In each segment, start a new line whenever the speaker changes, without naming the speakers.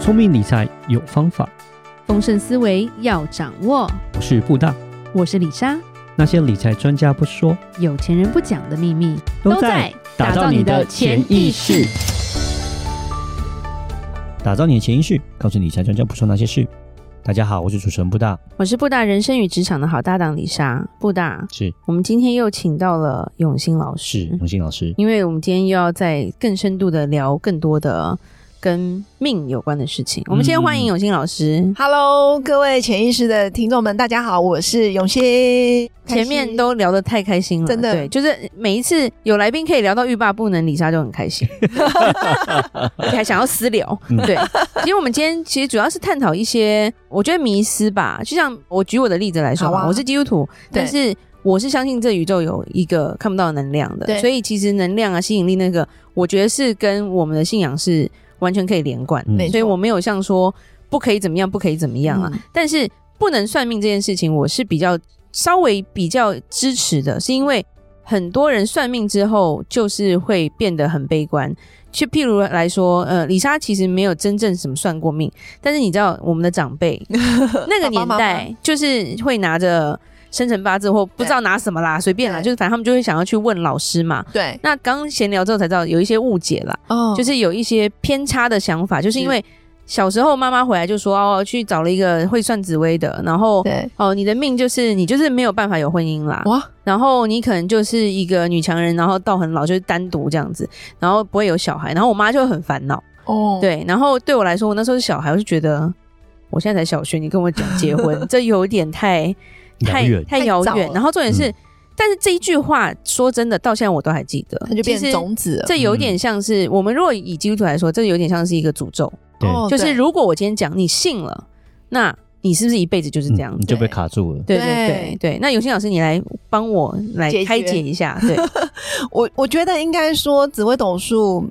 聪明理财有方法，
丰盛思维要掌握。
我是布大。
我是李莎，
那些理财专家不说，
有钱人不讲的秘密
打造你的潜意识。，打造你的潜意识，告诉理财专家不说那些事。大家好，我是主持人布大，
我是布大人生与职场的好搭档李莎。布大，
是
我们今天又请到了永兴老
是
嗯
师，
永信老师。
因为我们今天又要再更深度的聊更多的跟命有关的事情。我们先欢迎永兴老师。
Hello，各位潜意识的听众们，大家好，我是永新。
前面都聊得太开心了，
真的
对，就是每一次有来宾可以聊到欲罢不能，李莎就很开 心，而且还想要私聊。
嗯
对，其实我们今天其实主要是探讨一些，我觉得迷思吧。就像我举我的例子来说吧，
好啊
我是基督徒，
对
但是我是相信这宇宙有一个看不到的能量的，
对
所以其实能量啊、吸引力那个，我觉得是跟我们的信仰是完全可以连贯的。
嗯
没错
所以我没有像说不可以怎么样，不可以怎么样啊。
嗯
但是不能算命这件事情，我是比较稍微比较支持的，是因为很多人算命之后就是会变得很悲观。就譬如来说，呃，李莎其实没有真正什么算过命，但是你知道我们的长辈 那个年
嗯爸爸妈
代就是会拿着生辰八字或不知道拿什么啦，随便啦，
对
就是反正他们就会想要去问老师嘛。
对
那刚闲聊之后才知道有一些误解啦，
哦
就是有一些偏差的想法，就是因为小时候妈妈回来就说哦，去找了一个会算紫薇的，然后
对
哦，你的命就是你就是没有办法有婚姻啦，
哇，
然后你可能就是一个女强人，然后到很老就是单独这样子，然后不会有小孩，然后我妈就很烦恼，
哦，
对，然后对我来说，我那时候是小孩，我就觉得我现在才小学，你跟我讲结 婚，这有点太太
遥远
太遥
太
远
早。了
然后重点是，
嗯
但是这一句话说真的，到现在我都还记得，
它就变
其实
成种子了。
这有
嗯
点像是、我们如果以基督徒来说，这有点像是一个诅咒，
对，
哦
就是
对
如果我今天讲你信了，那你是不是一辈子就是
嗯
这样
你
子？
就被卡住了。
对对对对，那有心老师，你来帮我来
解决
开解一 下，对，
我我觉得应该说紫微斗数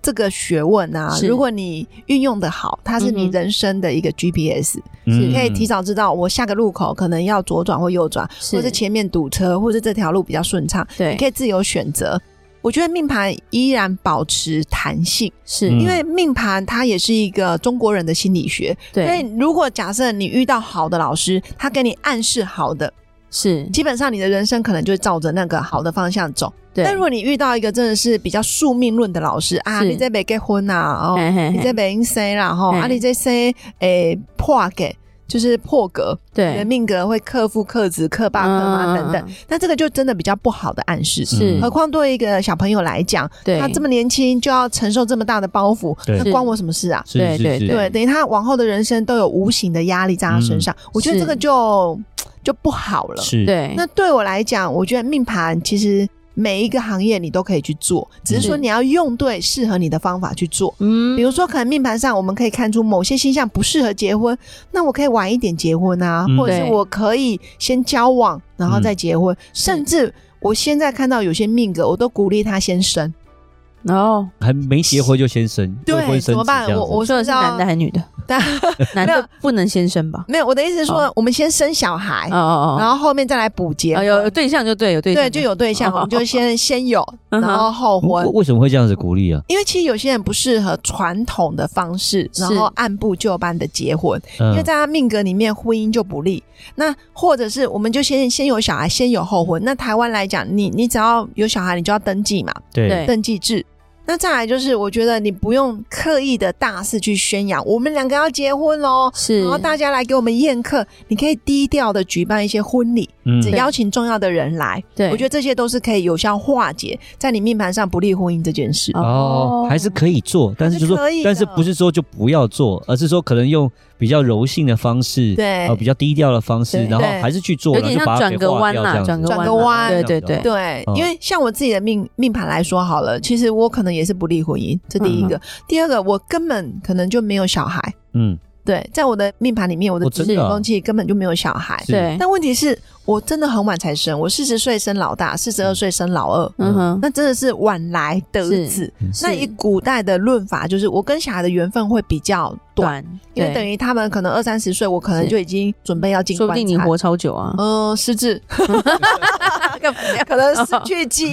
这个学问啊，
是
如果你运用的好，它是你
嗯哼
人生的一个 GPS，、
嗯
你可以提早知道我下个路口可能要左转或右转，
是
或者前面堵车，或者这条路比较顺畅，
对
你可以自由选择。我觉得命盘依然保持弹性，
是
嗯
因为命盘它也是一个中国人的心理学，所
对
以，如果假设你遇到好的老师，他给你暗示好的，
是
基本上你的人生可能就会照着那个好的方向走。
对。
但如果你遇到一个真的是比较宿命论的老师啊，
是
你这边结婚啊，哦，
嘿嘿
你
嘿
这边生啦，吼，
嗯
啊，你这生诶破给。就是破格，你的
对，
命格会克夫、克子、克爸、克妈等等，
嗯，
那这个就真的比较不好的暗示。
是
嗯
何况对一个小朋友来讲，
对，
他这么年轻就要承受这么大的包袱，
对
那关我什么事啊？
是
对
是
对
是，
对，等于他往后的人生都有无形的压力在他身上，我觉得
是
这个就就不好了。
是，
对，
那对我来讲，我觉得命盘其实每一个行业你都可以去做，只是说
是
你要用对适合你的方法去做。
嗯
比如说，可能命盘上我们可以看出某些星象不适合结婚，那我可以晚一点结婚啊，
嗯
或者是
对
我可以先交往然后再结婚，甚至我现在看到有些命格，我都鼓励他先生。
然后
还没结婚就先生，未
对，
婚生
怎么
子这
办？
样
我
子
哦
我
我说的是
知道
男的还是女的？
但
男
没
的
有
不能先生吧？
没有，我的意思是说，
哦
我们先生小孩，
哦哦
哎然后后面再来补结
哦，
婚
哦，有有对象就对，有对象
对，就有对象，
哦
我们就先先有，
嗯
然
哼哦
后后婚
为。为什么会这样子鼓励啊？
因为其实有些人不适合传统的方式，
是嗯
然后按部就班的结婚，
因
因为在他命格里面婚姻就不利。那或者是我们就先先有小孩，先有后婚。那台湾来讲，你你只要有小孩，你就要登记嘛，
对
对
登记制。那再来就是，我觉得你不用刻意的大肆去宣扬我们两个要结婚喽，
是
然后大家来给我们宴客，你可以低调的举办一些婚礼，
嗯
只
对
邀请重要的人来。
对，
我觉得这些都是可以有效化解在你命盘上不利婚姻这件事。
哦，还是可以做，但是就说
还是可以，的
但是不是说就不要做，而是说可能用比较柔性的方式，
对
呃，比较低调的方式，
对
然后
对
还是去做，
有
然后
点
就把它
像转
给
个
化
弯
掉
啦，
这样
转
子
个
转
弯
个
啦，
弯
对对对，
对，
嗯
因为像我自己的命命盘来说好了，其实我可能也是不利婚姻，这第一个。第二个，我根本可能就没有小孩。
嗯，
对，在我的命盘里面，我的
哦
子
真
女
的啊
宫气根本就没有小孩。
是
对，
但问题是我真的很晚才生，我四十岁生老大，四十二岁生老二，
嗯哼，
那真的是晚来得子。
嗯
那
是
以古代的论法，就是我跟小孩的缘分会比较短，
短，
因为
对
等于他们可能二三十岁，我可能
是
就已经准备要进
说不
棺
定你
材。
活超久啊。
嗯，失智，哦
干嘛呀
可能 失去记忆，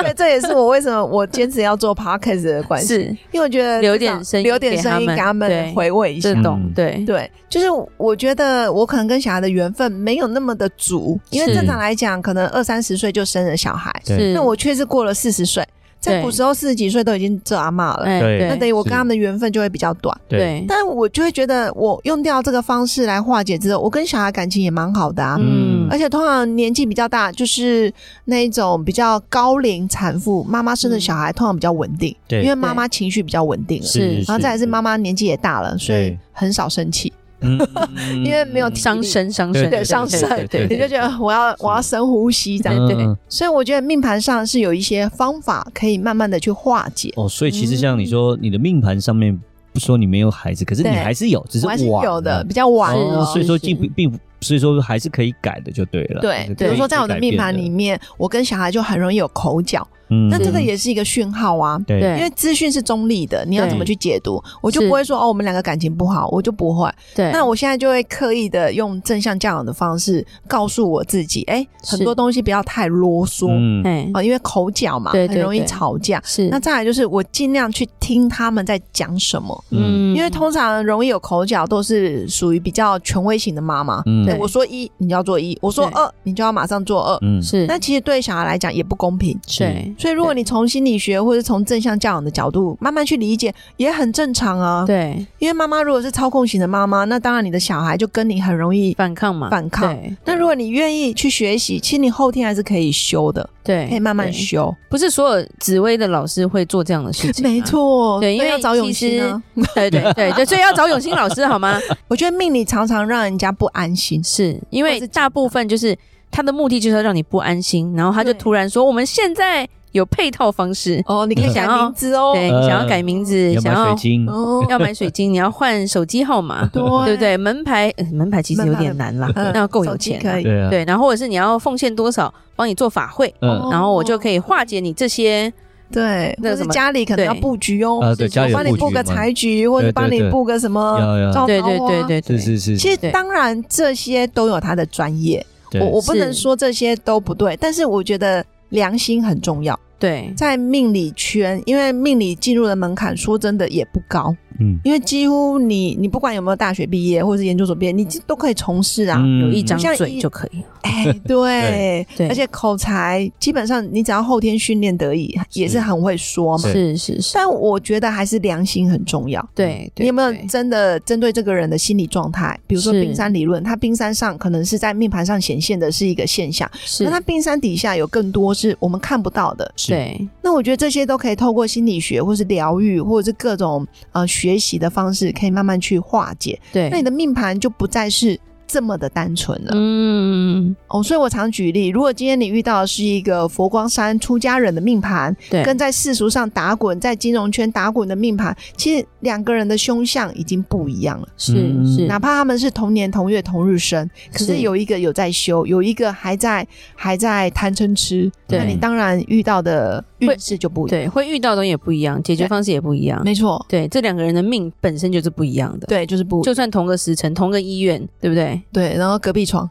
对，这也是我为什么我坚持要做 podcast 的关系，
是
因为我觉得
留
至
点
少
声音
留点
给
声
他
音
们
给他们
对
回味一下
这。懂
嗯
对
对，就是我觉得我可能跟小孩的缘分没有那么的足，因为
是
正常来讲，可能二三十岁就生了小孩，
对
是
那我却是过了四十岁，在
嗯对
古时候四十几岁都已经做阿嬷了，
哎
对
那等
对
于我跟
是
他们的缘分就会比较短。
对
但我就会觉得，我用掉这个方式来化解之后，我跟小孩感情也蛮好的啊。
嗯
而且通常年纪比较大，就是那一种比较高龄产妇，妈妈生的小孩通常比较稳定，
对
因为妈妈情绪比较稳定了。
是
然后再来是妈妈年纪也大了，所以
对
很少生气，
嗯，
因为没有体力
伤，身伤
对
身
对伤身
对，对
你
对
就觉得我要我要深呼吸这样。
嗯
对对
嗯
所以我觉得命盘上是有一些方法可以慢慢的去化解。
哦，所以其实像你说，你的命盘上面不说你没有孩子，可是你
对
还是有，只是
我还是
晚
有的，
了
比较晚
是
哦
了。
所以说
是
并不并不，所以说还是可以改的，就对了。
对
是，可
比
以
如说在我
去
的
改
命
变
盘里，面，我跟小孩就很容易有口角，
嗯
那这个
是
也是一个讯号啊。
对
对
因为资讯是中立的，你要
对
怎么去解读，我就是不会说哦，我们两个感情不好，我就不会。
对
那我现在就会刻意的用正向教养的方式告诉我自己，哎，很
是
多东西不要太啰嗦啊、
嗯
哎
哦因为口角嘛，
对
很
对
容易
对
吵架。
是
那再来就是我尽量去听他们在讲什么，
嗯
因为通常容易有口角都是属于比较权威型的妈妈。
嗯
对我说一，你就要做一；我说
对
二，你就要马上做二。
嗯
是
那嗯其实对小孩来讲也不公平。
对
所以，如果你从心理学或者从正向教养的角度慢慢去理解，也很正常啊。，
对
因为妈妈如果是操控型的妈妈，那当然你的小孩就跟你很容易。
反抗嘛
反抗
对
那如果你愿意去学习，其实你后天还是可以修的，
对
可以慢慢
对
修。
不是所有紫薇的老师会做这样的事情啊，
没错，
对因
所以
为
要找永
其
新啊。
对对对对，所以要找永新老师好吗？
我觉得命理常常让人家不安心。
是因
或
为
是
大部分就是他的目的就是要让你不安心，然后他就
对
突然说我们现在有配套方式，
哦，你可以改
想要
名字哦。
对，
呃
想要改名字，
要
想
买
要
水晶，
哦，
要买水晶，你要换手机号码，
对
对不？对？门牌、呃门牌其实有点难啦，
门牌
那要够有
手机
钱
可
啊
以。
对啊，
对，然后或者是你要奉献多少，帮你做法会，
嗯
然后我就可以化解你这些。
对，
那个
或是
什么
家里可能
对
要布局哦，
啊对
是
家里
我
有
帮你
布局
布个
嘛
财局，或
对对
者帮你
对
布个什么
要要
招
对
桃
对
花。
对对对，
是是是，
其实
对
当然这些都有他的专业，
对
我我不
是
能说这些都不对，但是我觉得良心很重要，
对
在命理圈，因为命理进入的门槛说真的也不高，
嗯
因为几乎你你不管有没有大学毕业或者是研究所毕业，你都可以从事啊。
嗯
有一张
像
嘴
一
就可以了。
哎， 对，
对
而且口才基本上你只要后天训练得以，也是很会说嘛。
是是是，
但我觉得还是良心很重要。
对，对
嗯你有没有
对
真的针对这个人的心理状态？比如说
是
冰山理论，它冰山上可能是在命盘上显现的是一个现象，
是
那它冰山底下有更多是我们看不到的。
对
那我觉得这些都可以透过心理学，或是疗愈，或者是各种呃学习的方式，可以慢慢去化解。
对，
那你的命盘就不再是这么的单纯了。
嗯，
哦，所以我常举例，如果今天你遇到的是一个佛光山出家人的命盘，
对，
跟在世俗上打滚、在金融圈打滚的命盘，其实两个人的凶相已经不一样了。
是
嗯
是
哪怕他们是同年同月同日生，可是
嗯是
有一个有在修，有一个还在还在贪嗔痴，
对
那你当然遇到的运势就不一样。
对，会遇到的东西也不一样，解决
对
方式也不一样。
没错，
对，这两个人的命本身就是不一样的。，
对，就是不
就算同个时辰、同个医院，对不 对？
对。然后隔壁床，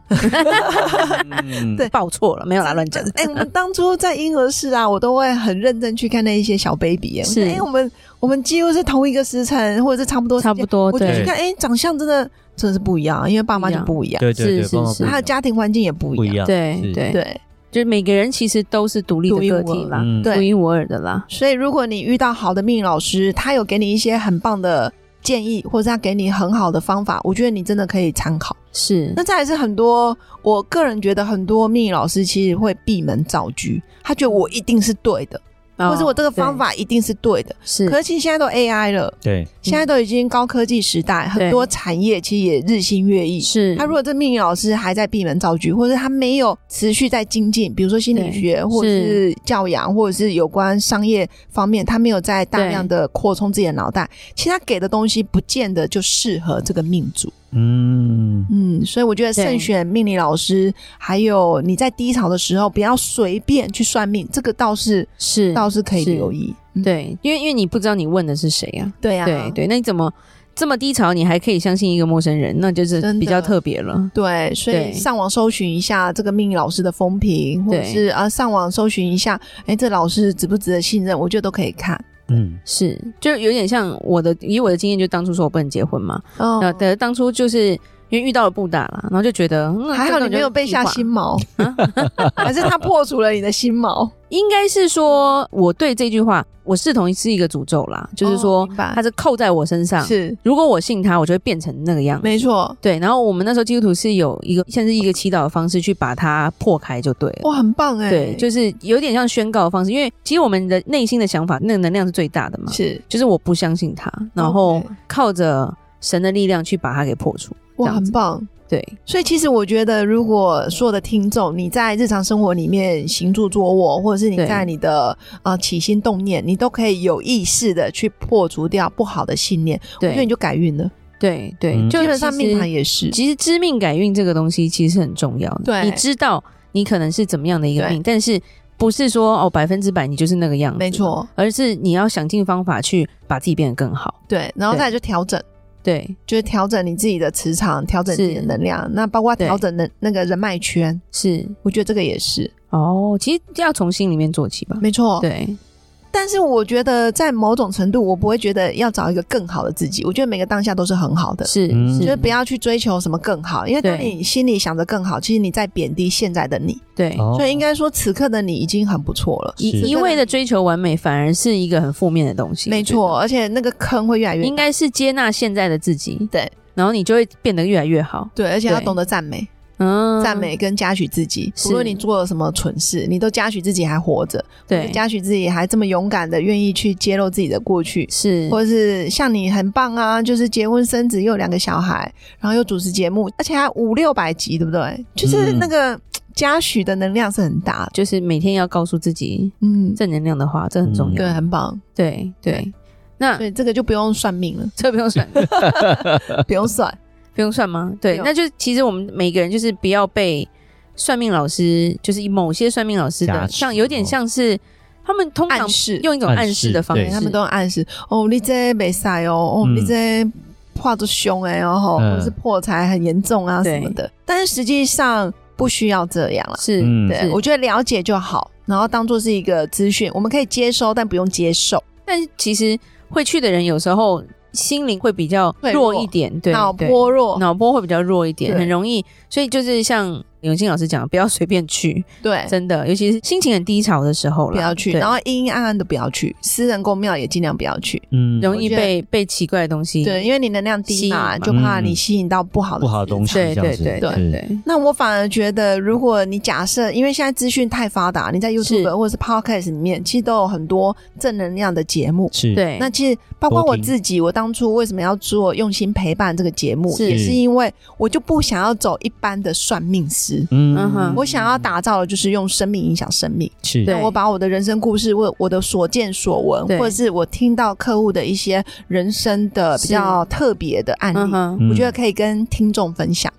嗯
对
报错了，没有啦， 乱讲。
哎、我们当初在婴儿室啊，我都会很认真去看那一些小 baby、哎，我说
是
哎、我们我们几乎是同一个时辰，或者是差不多 时
差
间，
不多，
我就去
对，
看，哎、长相真的真的是不一样，啊因为爸妈就不一样，
对对对，
是是
帮忙
是
补
还有家庭环境也不
不
一
一
样，
样，
对
是
对
对
就是每个人其实都是独立
独
的
一
个
无二
体啦，
嗯
独
对。
一无二的啦。
所以如果你遇到好的命理老师，他有给你一些很棒的建议，或者他给你很好的方法，我觉得你真的可以参考。
是
那，再来是很多，我个人觉得很多命理老师其实会闭门造车，他觉得我一定是对的，或者我这个方
哦嗯
法一定是对的。
对是
可是其实现在都 AI 了，
对
现在都已经高科技时代，很多产业其实也日新月异。
是，
他如果这命理老师还在闭门造车，或者他没有持续在精进，比如说心理学，或者是教养，或者是有关商业方面，他没有在大量的扩充自己的脑袋，其实他给的东西不见得就适合这个命主。
嗯
嗯，所以我觉得
对
慎选命理老师，还有你在低潮的时候不要随便去算命，这个倒是
是
倒是可以
是
留意。嗯
对，因为因为你不知道你问的是谁啊，
对啊，
对对，那你怎么这么低潮，你还可以相信一个陌生人，那就是
真的
比较特别了。
对，所
对
以上网搜寻一下这个命理老师的风评，或者
对
是啊上网搜寻一下，哎，这老师值不值得信任，我觉得都可以看。
嗯，
是，就有点像我的，以我的经验，就当初说我不能结婚嘛，
哦
呃、对，当初就是因为遇到了布达啦，然后就觉得、嗯、
还
这
好
个
你没有
就
被
屁
下
话
心毛， 还是他破除了你的心毛？
应该是说我对这句话，我视同是一个诅咒啦，就是说
哦明白
它是扣在我身上，
是，
如果我信它，我就会变成那个样子。
没错，
对，然后我们那时候基督徒是有一个，像是一个祈祷的方式去把它破开就对了。
哇，很棒哎，
对，就是有点像宣告的方式，因为其实我们的内心的想法，那个能量是最大的嘛。
是，哦
就是我不相信它，然后
OK
靠着神的力量去把它给破除。这
哇，
样
很
子
棒。
对，
所以其实我觉得，如果所有的听众你在日常生活里面行住坐卧，或者是你
对
在你的呃起心动念，你都可以有意识的去破除掉不好的信念，我觉得你
对，
就改运了。
对，对，
嗯
就
基本上
其实
命盘也是，
其实知命改运这个东西其实是很重要的。
对
你知道你可能是怎么样的一个
对
命，但是不是说哦百分之百你就是那个样子，
没，错，
而是你要想尽方法去把自己变得更好。
对。然后
对
再来就调整，
对，
就是调整你自己的磁场，调整自己的
是
能量，那包括
对
调整的那个人脉圈，
是
我觉得这个也是
哦，其实要从心里面做起吧。
没错。
对，
但是我觉得在某种程度，我不会觉得要找一个更好的自己，我觉得每个当下都是很好的。
是
嗯
就是
是，
不要去追求什么更好，因为当
对
你心里想着更好，其实你在贬低现在的你，
对，
哦
所以应该说此刻的你已经很不错了。
是
一一味的追求完美，反而是一个很负面的东西。
没错，而且那个坑会越来越
应该是接纳现在的自己，
对，
然后你就会变得越来越好。
对，而且要
对
懂得赞美，
嗯，
赞美跟嘉许自己。
是
无论你做了什么蠢事，你都嘉许自己还活着，
对
嘉许自己还这么勇敢的愿意去揭露自己的过去，
是，
或者是像你很棒啊，就是结婚生子又有两个小孩，然后又主持节目，而且还五六百集，对不对？就是
嗯
那个嘉许的能量是很大的，
就是每天要告诉自己
嗯，
正能量的话，这很重要。
对，很棒。
对对
嗯对，
那
对，这个就不用算 命了，
这不用算，
不用算。
不用算吗？对，
不用
那就其实我们每个人就是不要被算命老师，就是以某些算命老师
加
的，
持
像有点像是他们通常
暗示
用一种暗示的方
暗
式，
示
他们都有暗示哦，你这没晒哦，哦，
嗯
你这画着凶哎，然后
嗯
或者是破财很严重啊
对
什么的。但是实际上不需要这样了，
是，
嗯
对
是
我觉得了解就好，然后当做是一个资讯，我们可以接收，但不用接受。
但是其实会去的人有时候心灵会比较
脆弱
弱一点，对，
脑
对
波弱，
脑波会比较弱一点，
对
很容易。所以就是像永清老师讲的，不要随便去，
对，
真的，尤其是心情很低潮的时候啦
不要去，
对
然后阴阴暗暗的不要去，私人公庙也尽量不要去。
嗯，
容易
我觉得
被被奇怪的东西。
对，因为你能量
吸
低
引
嘛，
嘛
就怕
嗯
你吸引到不好的
不好的
磁场
东西
对
这样
对
子
对
是
对对，
那我反而觉得，如果你假设，因为现在资讯太发达，你在 YouTube 或者是 Podcast 里面，其实都有很多正能量的节目。
是，
对，
那其实包括
多
我
听
自己，我当初为什么要做《用心陪伴》这个节目，
是
也是因为我就不想要走一般的算命师，
嗯
嗯
哼，
我想要打造的就是用生命影响生命。
是
对
我把我的人生故事，或我的所见所闻，
对
或者是我听到客户的一些人生的比
是
较特别的案
嗯
例，
哼，
我觉得可以跟听众分享。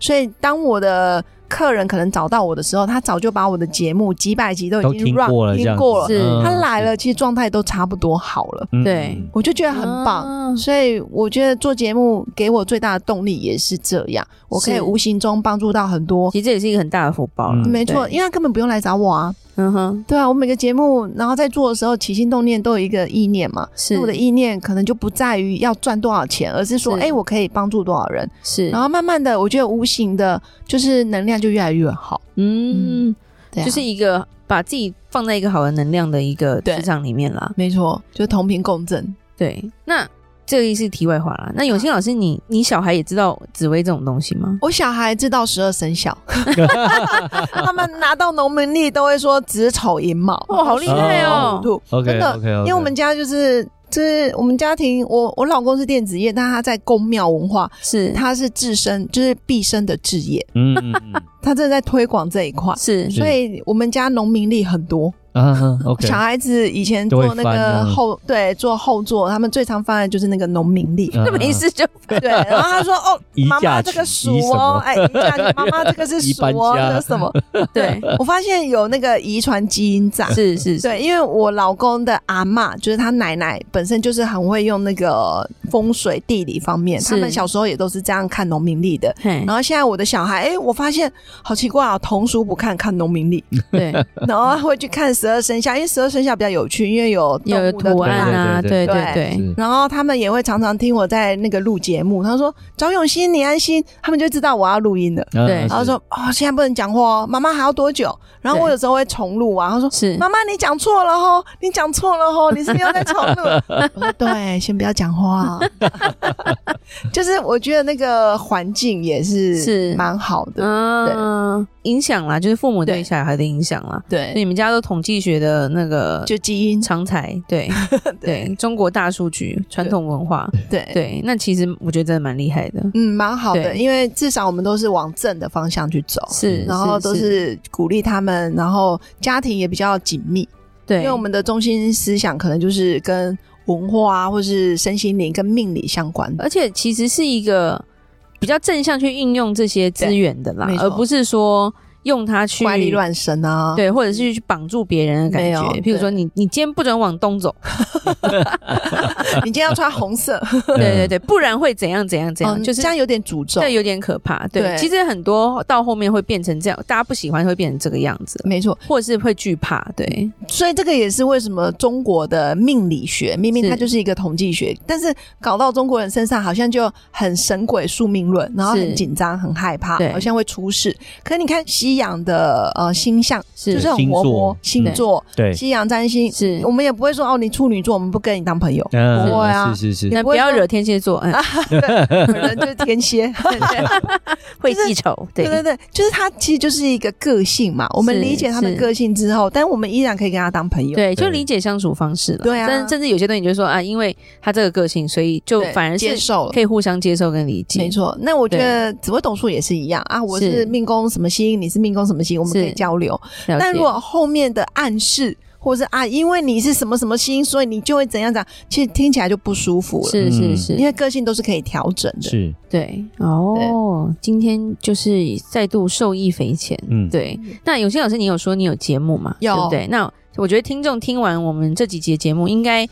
所以当我的客人可能找到我的时候，他早就把我的节目几百集都
都
已经
听
run
过了，这
听
样子
过了，
是
嗯
他来了，其实状态都差不多好了，
嗯
对
嗯
我就觉得很棒。
啊
所以我觉得做节目给我最大的动力也是这样，我可以
是
无形中帮助到很多。
其实这也是一个很大的福报了。
嗯
没错，
对
因为他根本不用来找我啊。
嗯哼，
对啊，我每个节目，然后在做的时候，起心动念都有一个意念嘛。
是
那我的意念可能就不在于要赚多少钱，而是说，
是
哎、我可以帮助多少人。
是
然，后慢慢的，我觉得无形的，就是能量就越来越好，
嗯，
对啊、
就是一个把自己放在一个好的能量的一个
对
磁场里面啦。
没错，就是同频共振。
对，那这个是题外话啦。那
啊
永清老师，你你小孩也知道紫薇这种东西吗？
我小孩知道十二 生肖，他们拿到农民历都会说子丑寅卯，
哦好厉
害
哦
好土
，OK
真的
OK，
因为我们家就是就是我们家庭，我我老公是电子业，但他在宫庙文化，
是，
他是自身就是毕生的置业，
嗯嗯嗯
他正在推广这一块，
是
是
所以我们家农民历很多，
嗯啊，OK，
小孩子以前
都会
做那
翻
个
啊
后对做后座，他们最常犯的就是那个农民 历。
啊
那没事就
对，然后他说：“ 哦
移，
妈
嫁
妈这个
娶
鼠
移什么
哦，哎，移嫁娶妈妈这 个是
移
鼠
搬
哦，
家
这是 什么？”
对，
我发现有那个遗传基因在。
是是是，
对，因为我老公的阿嬷，就是他奶奶，本身就是很会用那个风水地理方面，
是
他们小时候也都是这样看农民历的。
嘿
然后现在我的小孩，哎，我发现好奇怪啊，童书不看，看农民历，
对，
然后会去看十二生肖，因为十二生肖比较有趣，因为有动
有
物的
图案啊，
对
对
对
对
对
对，
是
然后他们也会常常听我在那个录节目，他说找永新你安心，他们就知道我要录音了。
啊
对
是
然后说哦，现在不能讲话哦，妈妈还要多久？然后我
对
有时候会重录啊，他说
是
妈妈你讲错了吼，你讲错了吼，你是不是又在重录？ 我说对，先不要讲话。哦 就是我觉得那个环境也是
是
蛮好的，
嗯，影响啦，就是父母对
对
小孩的影响啦。
对，
你们家都统计学的那个
就基因
常才， 对对，中国大数据、传统文化，
对
对，那其实我觉得真的蛮厉害的，
嗯，蛮好的，
对
因为至少我们都是往正的方向去走。
是，
嗯然后都是鼓励他们，然后家庭也比较紧密，
对，
因为我们的中心思想可能就是跟文化啊，或是身心灵跟命理相关的。
而且其实是一个比较正向去运用这些资源的啦
对没，错
而不是说用它去
管理乱神啊，
对，或者是去绑住别人的感
没有
觉。譬如说
对嗯
你，你今天不准往东走，
你今天要穿红色，
对对对，不然会怎样怎样怎样，
嗯
啊就是
这样有点诅咒。
这有点可怕。对，
对
其实很多到后面会变成这样，大家不喜欢会变成这个样子，
没错，
或者是会惧怕。对，
所以这个也是为什么中国的命理学明明
是
它就是一个统计学，但是搞到中国人身上好像就很神鬼宿命论，然后
是
很紧张、很害怕
对，
好像会出事。可你看西洋的呃星象
是
就是很
星
活
座
泼，
嗯
星
对
座
对，
西洋占星
是
我们也不会说哦，你处女座，我们不跟你当朋友，
嗯
不会啊
是是是，
那
也不
不
会
要
说啊
惹天蝎座，嗯，
本人就是 天蝎。
会
就是
记仇。
对对
对，
对，就是他其实就是一个个性嘛。我们理解他的
是
个性之后，但我们依然可以跟他当朋友。
对，就
对
理解相处方式了。
对啊
但甚至有些东西你就说啊，因为他这个个性，所以就
对，
反而
接
是
受了
可。以互相接受跟理解。
没，错，那我觉得紫微斗数也是一样啊。我
是
是命宫什么星，你是命宫什么星，我们可以
是
交流。
了
但
解
如果后面的暗示，或是啊，因为你是什么什么星，所以你就会怎样怎样，其实听起来就不舒服了。
是是
嗯
是，
因为个性都是可以调整的。
是
对哦，今天就是再度受益匪浅。
嗯
对，那永新老师，你有说你有节目嘛？
有
对不对？那我觉得听众听完我们这几节节目，应该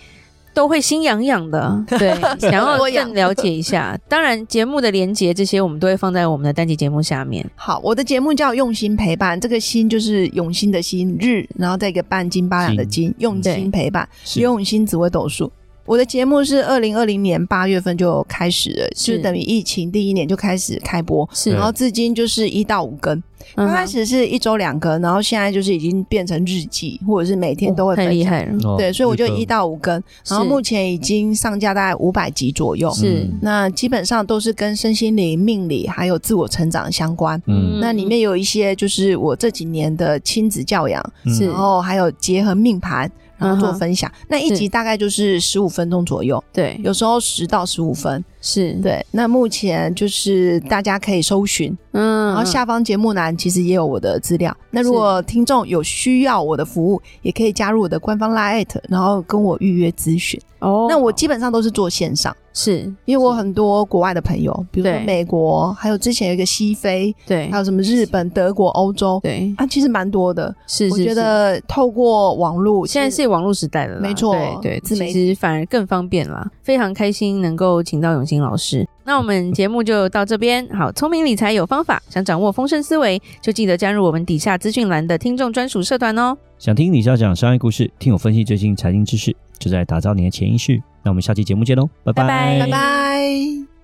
都会心痒痒的，对，想要
多痒
更了解一下。当然，节目的连接这些，我们都会放在我们的单集节目下面。
好，我的节目叫《用心陪伴》，这个“心”就是永心的“心”，日，然后再一个半斤八两的“斤”，用
嗯对
心陪伴，
是
刘永新紫微斗数。我的节目是二零二零年八月份就开始了，
是
就等于疫情第一年就开始开播，
是，
然后至今就是一到五更。
嗯
刚开始是一周两更，然后现在就是已经变成日记，或者是每天都会
太
分
厉
享。
害了，
哦
对，所以我就
日更
一到五更，然后
是
目前已经上架大概五百集左右。
是
嗯
那基本上都是跟身心灵、命理还有自我成长相关。
嗯
那里面有一些就是我这几年的亲子教养，
嗯
是
然后还有结合命盘，然后
嗯
做
哼
分享。那一集大概就是十五分钟左右，
对，
有时候十到十五分。
是，
对，那目前就是大家可以搜寻，
嗯，
然后下方节目栏其实也有我的资料。那如果听众有需要我的服务，也可以加入我的官方 Line，然后跟我预约咨询。
哦，
那我基本上都是做线上。
是
因为我很多国外的朋友，比如说
对
美国，还有之前有一个西非，
对
还有什么日本、德国、欧洲，
对
啊，其实蛮多的。
是，
我
是
觉
是
得透过网络，
现在是网络时代了啦，
没错
对对，
自媒体
其实反而更方便啦。非常开心能够请到永兴老师，那我们节目就到这边。 好，聪明理财有方法，想掌握丰盛思维，就记得加入我们底下资讯栏的听众专属社团哦。
想听李校长商业故事，听我分析最新财经知识，就在打造你的潜意识。那我们下期节目见喽，拜
拜拜
拜拜。